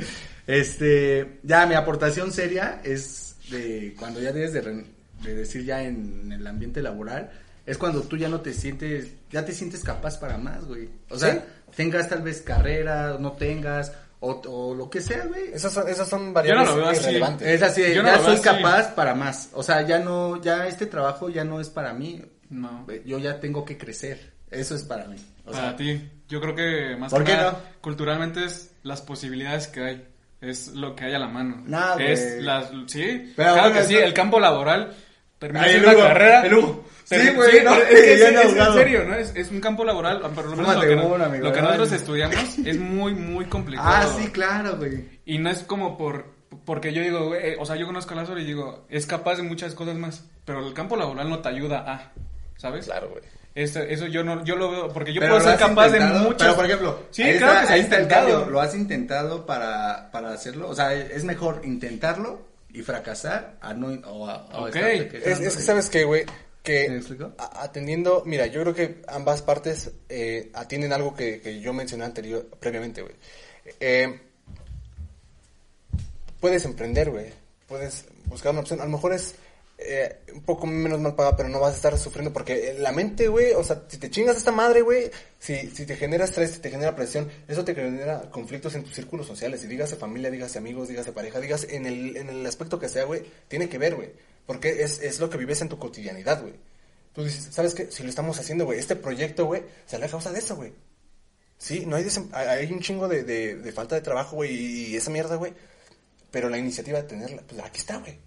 Speaker 2: este, ya mi aportación seria es de cuando ya debes de, re- de decir ya en el ambiente laboral, es cuando tú ya no te sientes, ya te sientes capaz para más, güey. O sea,
Speaker 1: Sí.
Speaker 2: tengas tal vez carrera, no tengas, o, o lo que sea, güey.
Speaker 1: Esas son, esas son
Speaker 3: Yo no
Speaker 1: variables
Speaker 3: lo veo así.
Speaker 1: irrelevantes.
Speaker 2: Es así, de,
Speaker 3: Yo no
Speaker 2: ya
Speaker 3: lo veo
Speaker 2: soy
Speaker 3: así.
Speaker 2: capaz para más. O sea, ya no, ya este trabajo ya no es para mí.
Speaker 3: No.
Speaker 2: Yo ya tengo que crecer. Eso es para mí. O
Speaker 3: para
Speaker 2: sea,
Speaker 3: ti. Yo creo que más
Speaker 2: ¿Por
Speaker 3: que
Speaker 2: qué
Speaker 3: nada,
Speaker 2: no?
Speaker 3: culturalmente es las posibilidades que hay. Es lo que hay a la mano.
Speaker 2: Nah, güey.
Speaker 3: es las, sí,
Speaker 2: Pero
Speaker 3: claro
Speaker 2: bueno,
Speaker 3: que sí,
Speaker 2: esto-
Speaker 3: el campo laboral.
Speaker 2: Ay,
Speaker 3: Terminas
Speaker 2: el
Speaker 3: una
Speaker 2: Hugo,
Speaker 3: carrera.
Speaker 2: el Hugo.
Speaker 3: Te-
Speaker 2: Sí, güey, no,
Speaker 3: es, que
Speaker 2: yo
Speaker 3: sí,
Speaker 2: no he
Speaker 3: es- en
Speaker 2: jugado.
Speaker 3: serio, ¿no? Es, es un campo laboral, por lo menos lo
Speaker 2: Fúmate
Speaker 3: que, no-
Speaker 2: uno, amigo,
Speaker 3: lo que
Speaker 2: ay.
Speaker 3: nosotros estudiamos es muy, muy complicado.
Speaker 2: Ah, sí, claro, güey.
Speaker 3: Y no es como por... Porque yo digo, güey, eh, o sea, yo conozco a Lázaro y digo, es capaz de muchas cosas más, pero el campo laboral no te ayuda a, ¿sabes?
Speaker 1: Claro, güey.
Speaker 3: Eso, eso yo no, yo lo veo, porque yo
Speaker 5: Pero
Speaker 3: puedo
Speaker 5: lo
Speaker 3: ser
Speaker 5: has
Speaker 3: capaz de
Speaker 5: intentado,
Speaker 3: muchas...
Speaker 5: Pero por ejemplo,
Speaker 3: sí,
Speaker 5: ahí
Speaker 3: claro
Speaker 5: está,
Speaker 3: que se ha
Speaker 5: ahí está el cambio.
Speaker 3: intentado.
Speaker 5: ¿Lo has intentado para, para hacerlo? O sea, es mejor intentarlo y fracasar a no... O a, o
Speaker 3: Ok.
Speaker 5: estarte quejando.
Speaker 1: Es, es que, ¿sabes qué, güey?
Speaker 5: ¿Me
Speaker 1: Que
Speaker 5: explico?
Speaker 1: a- atendiendo, mira, yo creo que ambas partes eh, atienden algo que, que yo mencioné anterior, previamente, güey. Eh, puedes emprender, güey. Puedes buscar una opción. A lo mejor es eh, un poco menos mal pagada, pero no vas a estar sufriendo porque eh, la mente, güey, o sea, si te chingas esta madre, güey, si, si te genera estrés, si te genera presión, eso te genera conflictos en tus círculos sociales. Y dígase familia, dígase amigos, dígase pareja, dígase en el, en el aspecto que sea, güey, tiene que ver, güey. Porque es, es lo que vives en tu cotidianidad, güey. Tú dices, ¿sabes qué? Si lo estamos haciendo, güey, este proyecto, güey, se la causa de eso, güey. Sí, no hay, desem- hay hay un chingo de, de- de falta de trabajo, güey, y esa mierda, güey. Pero la iniciativa de tenerla, pues aquí está, güey.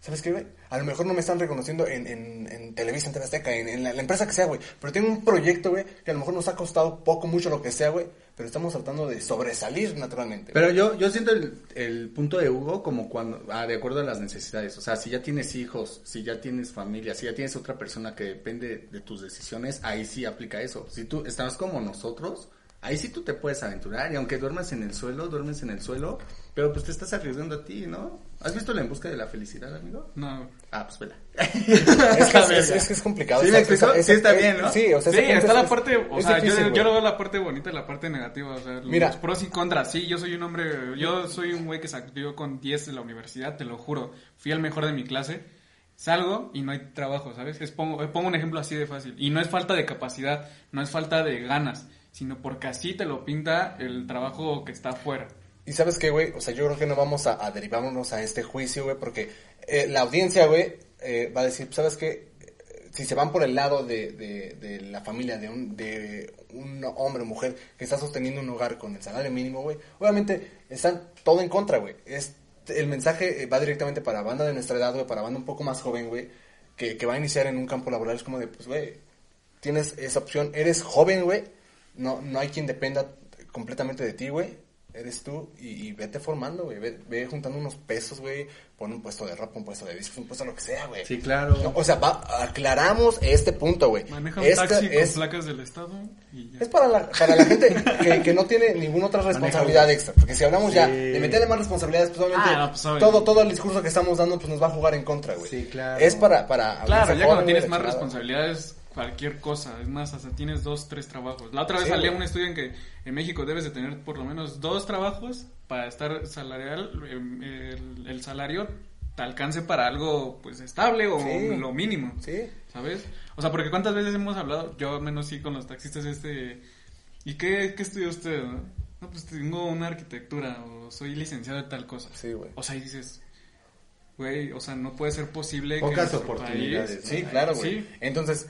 Speaker 1: ¿Sabes qué, güey? A lo mejor no me están reconociendo en, en, en Televisa, en TV Azteca, en, en la, la empresa que sea, güey. Pero tengo un proyecto, güey, que a lo mejor nos ha costado poco, mucho, lo que sea, güey. Pero estamos tratando de sobresalir naturalmente. güey.
Speaker 5: Pero yo, yo siento el, el punto de Hugo como cuando, ah, de acuerdo a las necesidades. O sea, si ya tienes hijos, si ya tienes familia, si ya tienes otra persona que depende de tus decisiones, ahí sí aplica eso. Si tú estás como nosotros, ahí sí tú te puedes aventurar. Y aunque duermas en el suelo, duermes en el suelo, pero pues te estás arriesgando a ti, ¿no? ¿Has visto la en busca de la felicidad, amigo?
Speaker 3: No.
Speaker 5: Ah, pues vela.
Speaker 1: es, que es, es- es que es complicado.
Speaker 5: Sí,
Speaker 1: o sea,
Speaker 5: me explico.
Speaker 1: esa-
Speaker 5: Sí
Speaker 1: esa-
Speaker 5: está
Speaker 1: es-
Speaker 5: bien, ¿no?
Speaker 1: Sí, o sea,
Speaker 3: Sí,
Speaker 1: ese punto
Speaker 3: está
Speaker 1: es-
Speaker 3: la
Speaker 1: es-
Speaker 3: parte, o
Speaker 1: es
Speaker 3: sea,
Speaker 1: difícil,
Speaker 3: yo, yo
Speaker 1: güey.
Speaker 3: lo veo la parte bonita y la parte negativa, o sea,
Speaker 1: Mira.
Speaker 3: los pros y contras, sí, yo soy un hombre, yo soy un güey que salió con 10 de la universidad, te lo juro, fui el mejor de mi clase, salgo y no hay trabajo, ¿sabes? Es pongo, eh, pongo un ejemplo así de fácil, y no es falta de capacidad, no es falta de ganas, sino porque así te lo pinta el trabajo que está afuera.
Speaker 1: Y sabes qué, güey, o sea, yo creo que no vamos a, a derivarnos a este juicio, güey, porque eh, la audiencia, güey, eh, va a decir, ¿sabes qué? Eh, Si se van por el lado de, de, de la familia, de un, de un hombre o mujer que está sosteniendo un hogar con el salario mínimo, güey, obviamente están todo en contra, güey. Es- El mensaje eh, va directamente para banda de nuestra edad, güey, para banda un poco más joven, güey, que, que va a iniciar en un campo laboral. Es como de, pues, güey, tienes esa opción, eres joven, güey, no, no hay quien dependa completamente de ti, güey, eres tú y, y vete formando, güey, ve, ve juntando unos pesos, güey, pon un puesto de ropa, un puesto de discos, un puesto de lo que sea, güey.
Speaker 5: Sí, claro.
Speaker 1: No, o sea, va- aclaramos este punto, güey.
Speaker 3: Maneja un
Speaker 1: Esta
Speaker 3: taxi
Speaker 1: es,
Speaker 3: con placas del estado y ya.
Speaker 1: es para la, para la gente que, que no tiene ninguna otra responsabilidad extra, porque si hablamos ya de meterle más responsabilidades, pues obviamente
Speaker 3: Ah, no, pues, obvio.
Speaker 1: todo, todo el discurso que estamos dando pues nos va a jugar en contra, güey.
Speaker 5: Sí, claro.
Speaker 1: Es para... para audiencia
Speaker 3: Claro, ya
Speaker 1: joven,
Speaker 3: cuando
Speaker 1: güey,
Speaker 3: tienes
Speaker 1: la
Speaker 3: más
Speaker 1: chingada.
Speaker 3: responsabilidades, cualquier cosa. Es más, hasta tienes dos, tres trabajos. La otra vez
Speaker 1: Sí,
Speaker 3: salía
Speaker 1: güey.
Speaker 3: un estudio en que en México debes de tener por lo menos dos trabajos para estar salarial, em, el, el salario te alcance para algo pues estable o
Speaker 1: Sí.
Speaker 3: lo mínimo.
Speaker 1: Sí.
Speaker 3: ¿Sabes? O sea, porque cuántas veces hemos hablado, yo al menos sí con los taxistas este, ¿y qué, qué estudió usted? No? No, pues tengo una arquitectura o soy licenciado en tal cosa.
Speaker 1: Sí, güey.
Speaker 3: O sea, y dices, güey, o sea, no puede ser posible que en
Speaker 5: Pocas
Speaker 3: nuestro país-
Speaker 5: oportunidades,
Speaker 1: Sí, claro, güey.
Speaker 3: Sí.
Speaker 1: Entonces,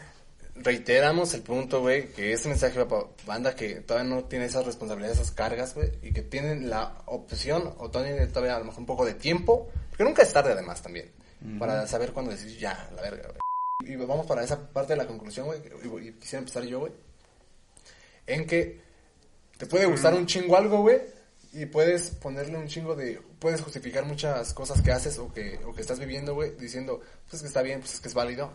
Speaker 1: reiteramos el punto, güey, que ese mensaje va para banda que todavía no tiene esas responsabilidades, esas cargas, güey, y que tienen la opción, o todavía, todavía a lo mejor un poco de tiempo, porque nunca es tarde además también, para saber cuándo decir ya, la verga, güey. Y vamos para esa parte de la conclusión, güey, y, y quisiera empezar yo, güey, en que te puede gustar un chingo algo, güey, y puedes ponerle un chingo de... Puedes justificar muchas cosas que haces o que, o que estás viviendo, güey, diciendo, pues es que está bien, pues es que es válido.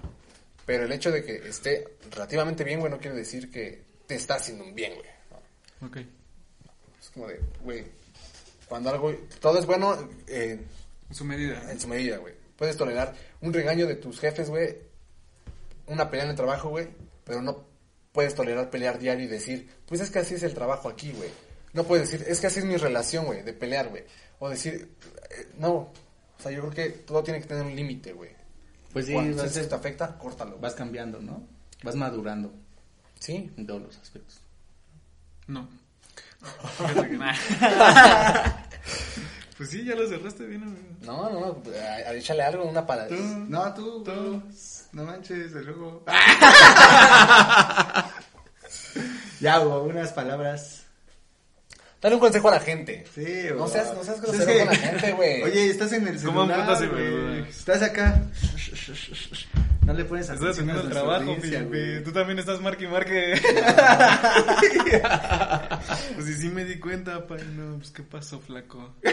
Speaker 1: Pero el hecho de que esté relativamente bien, güey, no quiere decir que te está haciendo un bien, güey.
Speaker 3: Ok.
Speaker 1: Es como de, güey, cuando algo... Todo es bueno eh,
Speaker 3: En su medida.
Speaker 1: en su medida, güey. Puedes tolerar un regaño de tus jefes, güey, una pelea en el trabajo, güey, pero no puedes tolerar pelear diario y decir, pues es que así es el trabajo aquí, güey. No puedes decir, es que así es mi relación, güey, de pelear, güey. O decir, eh, no. O sea, yo creo que todo tiene que tener un límite, güey.
Speaker 5: Pues sí,
Speaker 1: Cuando
Speaker 5: vas,
Speaker 1: si te afecta, córtalo. güey.
Speaker 5: vas cambiando, ¿no? Vas madurando
Speaker 1: Sí.
Speaker 5: en todos los aspectos.
Speaker 3: No. Fíjate que nah. pues sí, ya lo cerraste bien, amigo.
Speaker 1: No, no, no. a- a- Échale algo, una para.
Speaker 2: No, tú, tú. No manches, de luego.
Speaker 5: Ya, Hugo, unas palabras.
Speaker 1: Dale un consejo a la gente.
Speaker 2: Sí,
Speaker 1: No
Speaker 2: güey.
Speaker 1: seas- no seas
Speaker 2: Pues
Speaker 1: grosero con la gente, güey.
Speaker 2: Oye, estás en el
Speaker 3: Coman
Speaker 2: celular,
Speaker 3: frutas y
Speaker 2: güey.
Speaker 3: verduras.
Speaker 2: Estás acá. No le pones
Speaker 3: Estás
Speaker 2: atención
Speaker 3: haciendo
Speaker 2: a
Speaker 3: el
Speaker 2: nuestra
Speaker 3: trabajo,
Speaker 2: audiencia,
Speaker 3: Felipe.
Speaker 2: güey.
Speaker 3: Tú también estás marque y marque. pues sí, sí me di cuenta, pa. y No, pues qué pasó, flaco.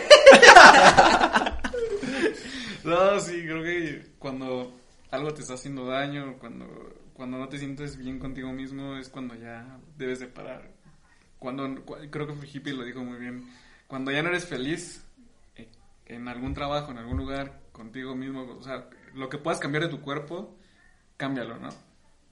Speaker 3: no, sí, creo que cuando algo te está haciendo daño, cuando, cuando no te sientes bien contigo mismo, es cuando ya debes de parar. Cuando, cu- creo que Hippie lo dijo muy bien. Cuando ya no eres feliz, eh, en algún trabajo, en algún lugar, contigo mismo, o sea, lo que puedas cambiar de tu cuerpo, cámbialo, ¿no?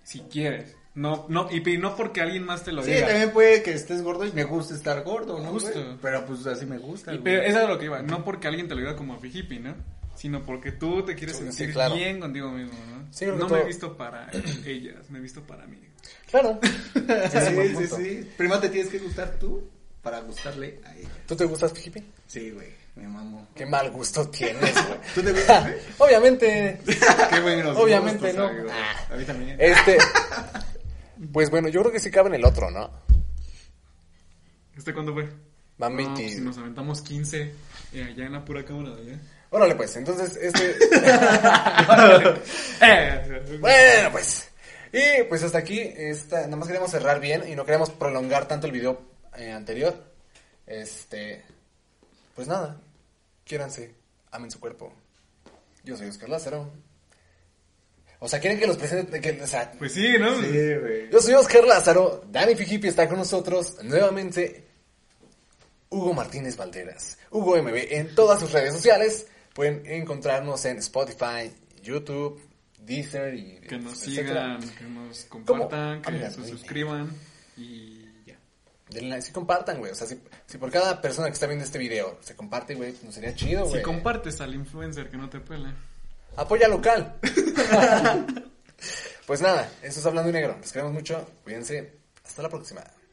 Speaker 3: Si quieres. No, no, y pe- no porque alguien más te lo
Speaker 5: Sí,
Speaker 3: diga.
Speaker 5: también puede que estés gordo y me gusta estar gordo, ¿no?
Speaker 3: Justo.
Speaker 5: güey? Pero pues así me gusta.
Speaker 3: Y
Speaker 5: güey.
Speaker 3: pe- eso es lo que iba, no porque alguien te lo diga como hippie, ¿no? Sino porque tú te quieres
Speaker 1: Sí, sí,
Speaker 3: sentir
Speaker 1: claro.
Speaker 3: bien contigo mismo, ¿no?
Speaker 1: Sí, creo que
Speaker 3: no
Speaker 1: todo-
Speaker 3: me he visto para ellas, me he visto para mí.
Speaker 1: Claro.
Speaker 5: Sí, sí, sí. Primero te tienes que gustar tú para gustarle a ella.
Speaker 1: ¿Tú te gustas, Felipe?
Speaker 5: Sí, güey, me mamo.
Speaker 1: Qué mal gusto tienes, güey.
Speaker 5: ¿Tú te gustas? güey?
Speaker 1: Obviamente.
Speaker 5: Qué bueno.
Speaker 1: Obviamente no.
Speaker 5: A mí también.
Speaker 1: Este. Pues bueno, yo creo que sí cabe en el otro, ¿no?
Speaker 3: ¿Este cuándo fue?
Speaker 1: Van
Speaker 3: No,
Speaker 1: 20.
Speaker 3: pues, nos aventamos 15 eh, allá en la pura cámara ¿eh? de allá.
Speaker 1: Órale, pues, entonces, este.
Speaker 3: Eh,
Speaker 1: bueno, pues. Y pues hasta aquí, esta, nada más queremos cerrar bien y no queremos prolongar tanto el video eh, anterior. Este. Pues nada, quiéranse, amen su cuerpo. Yo soy Oscar Lázaro. O sea, quieren que los presente. Que, o sea,
Speaker 3: Pues sí, ¿no?
Speaker 5: Sí, güey.
Speaker 1: Yo soy Oscar Lázaro, Dani Fijipi está con nosotros nuevamente. Hugo Martínez Valderas, Hugo MB en todas sus redes sociales. Pueden encontrarnos en Spotify, YouTube, Deezer y
Speaker 3: Que nos
Speaker 1: etcétera.
Speaker 3: sigan, que nos compartan, que
Speaker 1: Amigas,
Speaker 3: se
Speaker 1: güey.
Speaker 3: suscriban y ya.
Speaker 1: Denle like, si compartan, güey. O sea, si, si por cada persona que está viendo este video se comparte, güey, nos sería chido, güey.
Speaker 3: Si compartes al influencer que no te pele.
Speaker 1: Apoya local. pues nada, eso es Hablando Negro. Les queremos mucho. Cuídense. Hasta la próxima.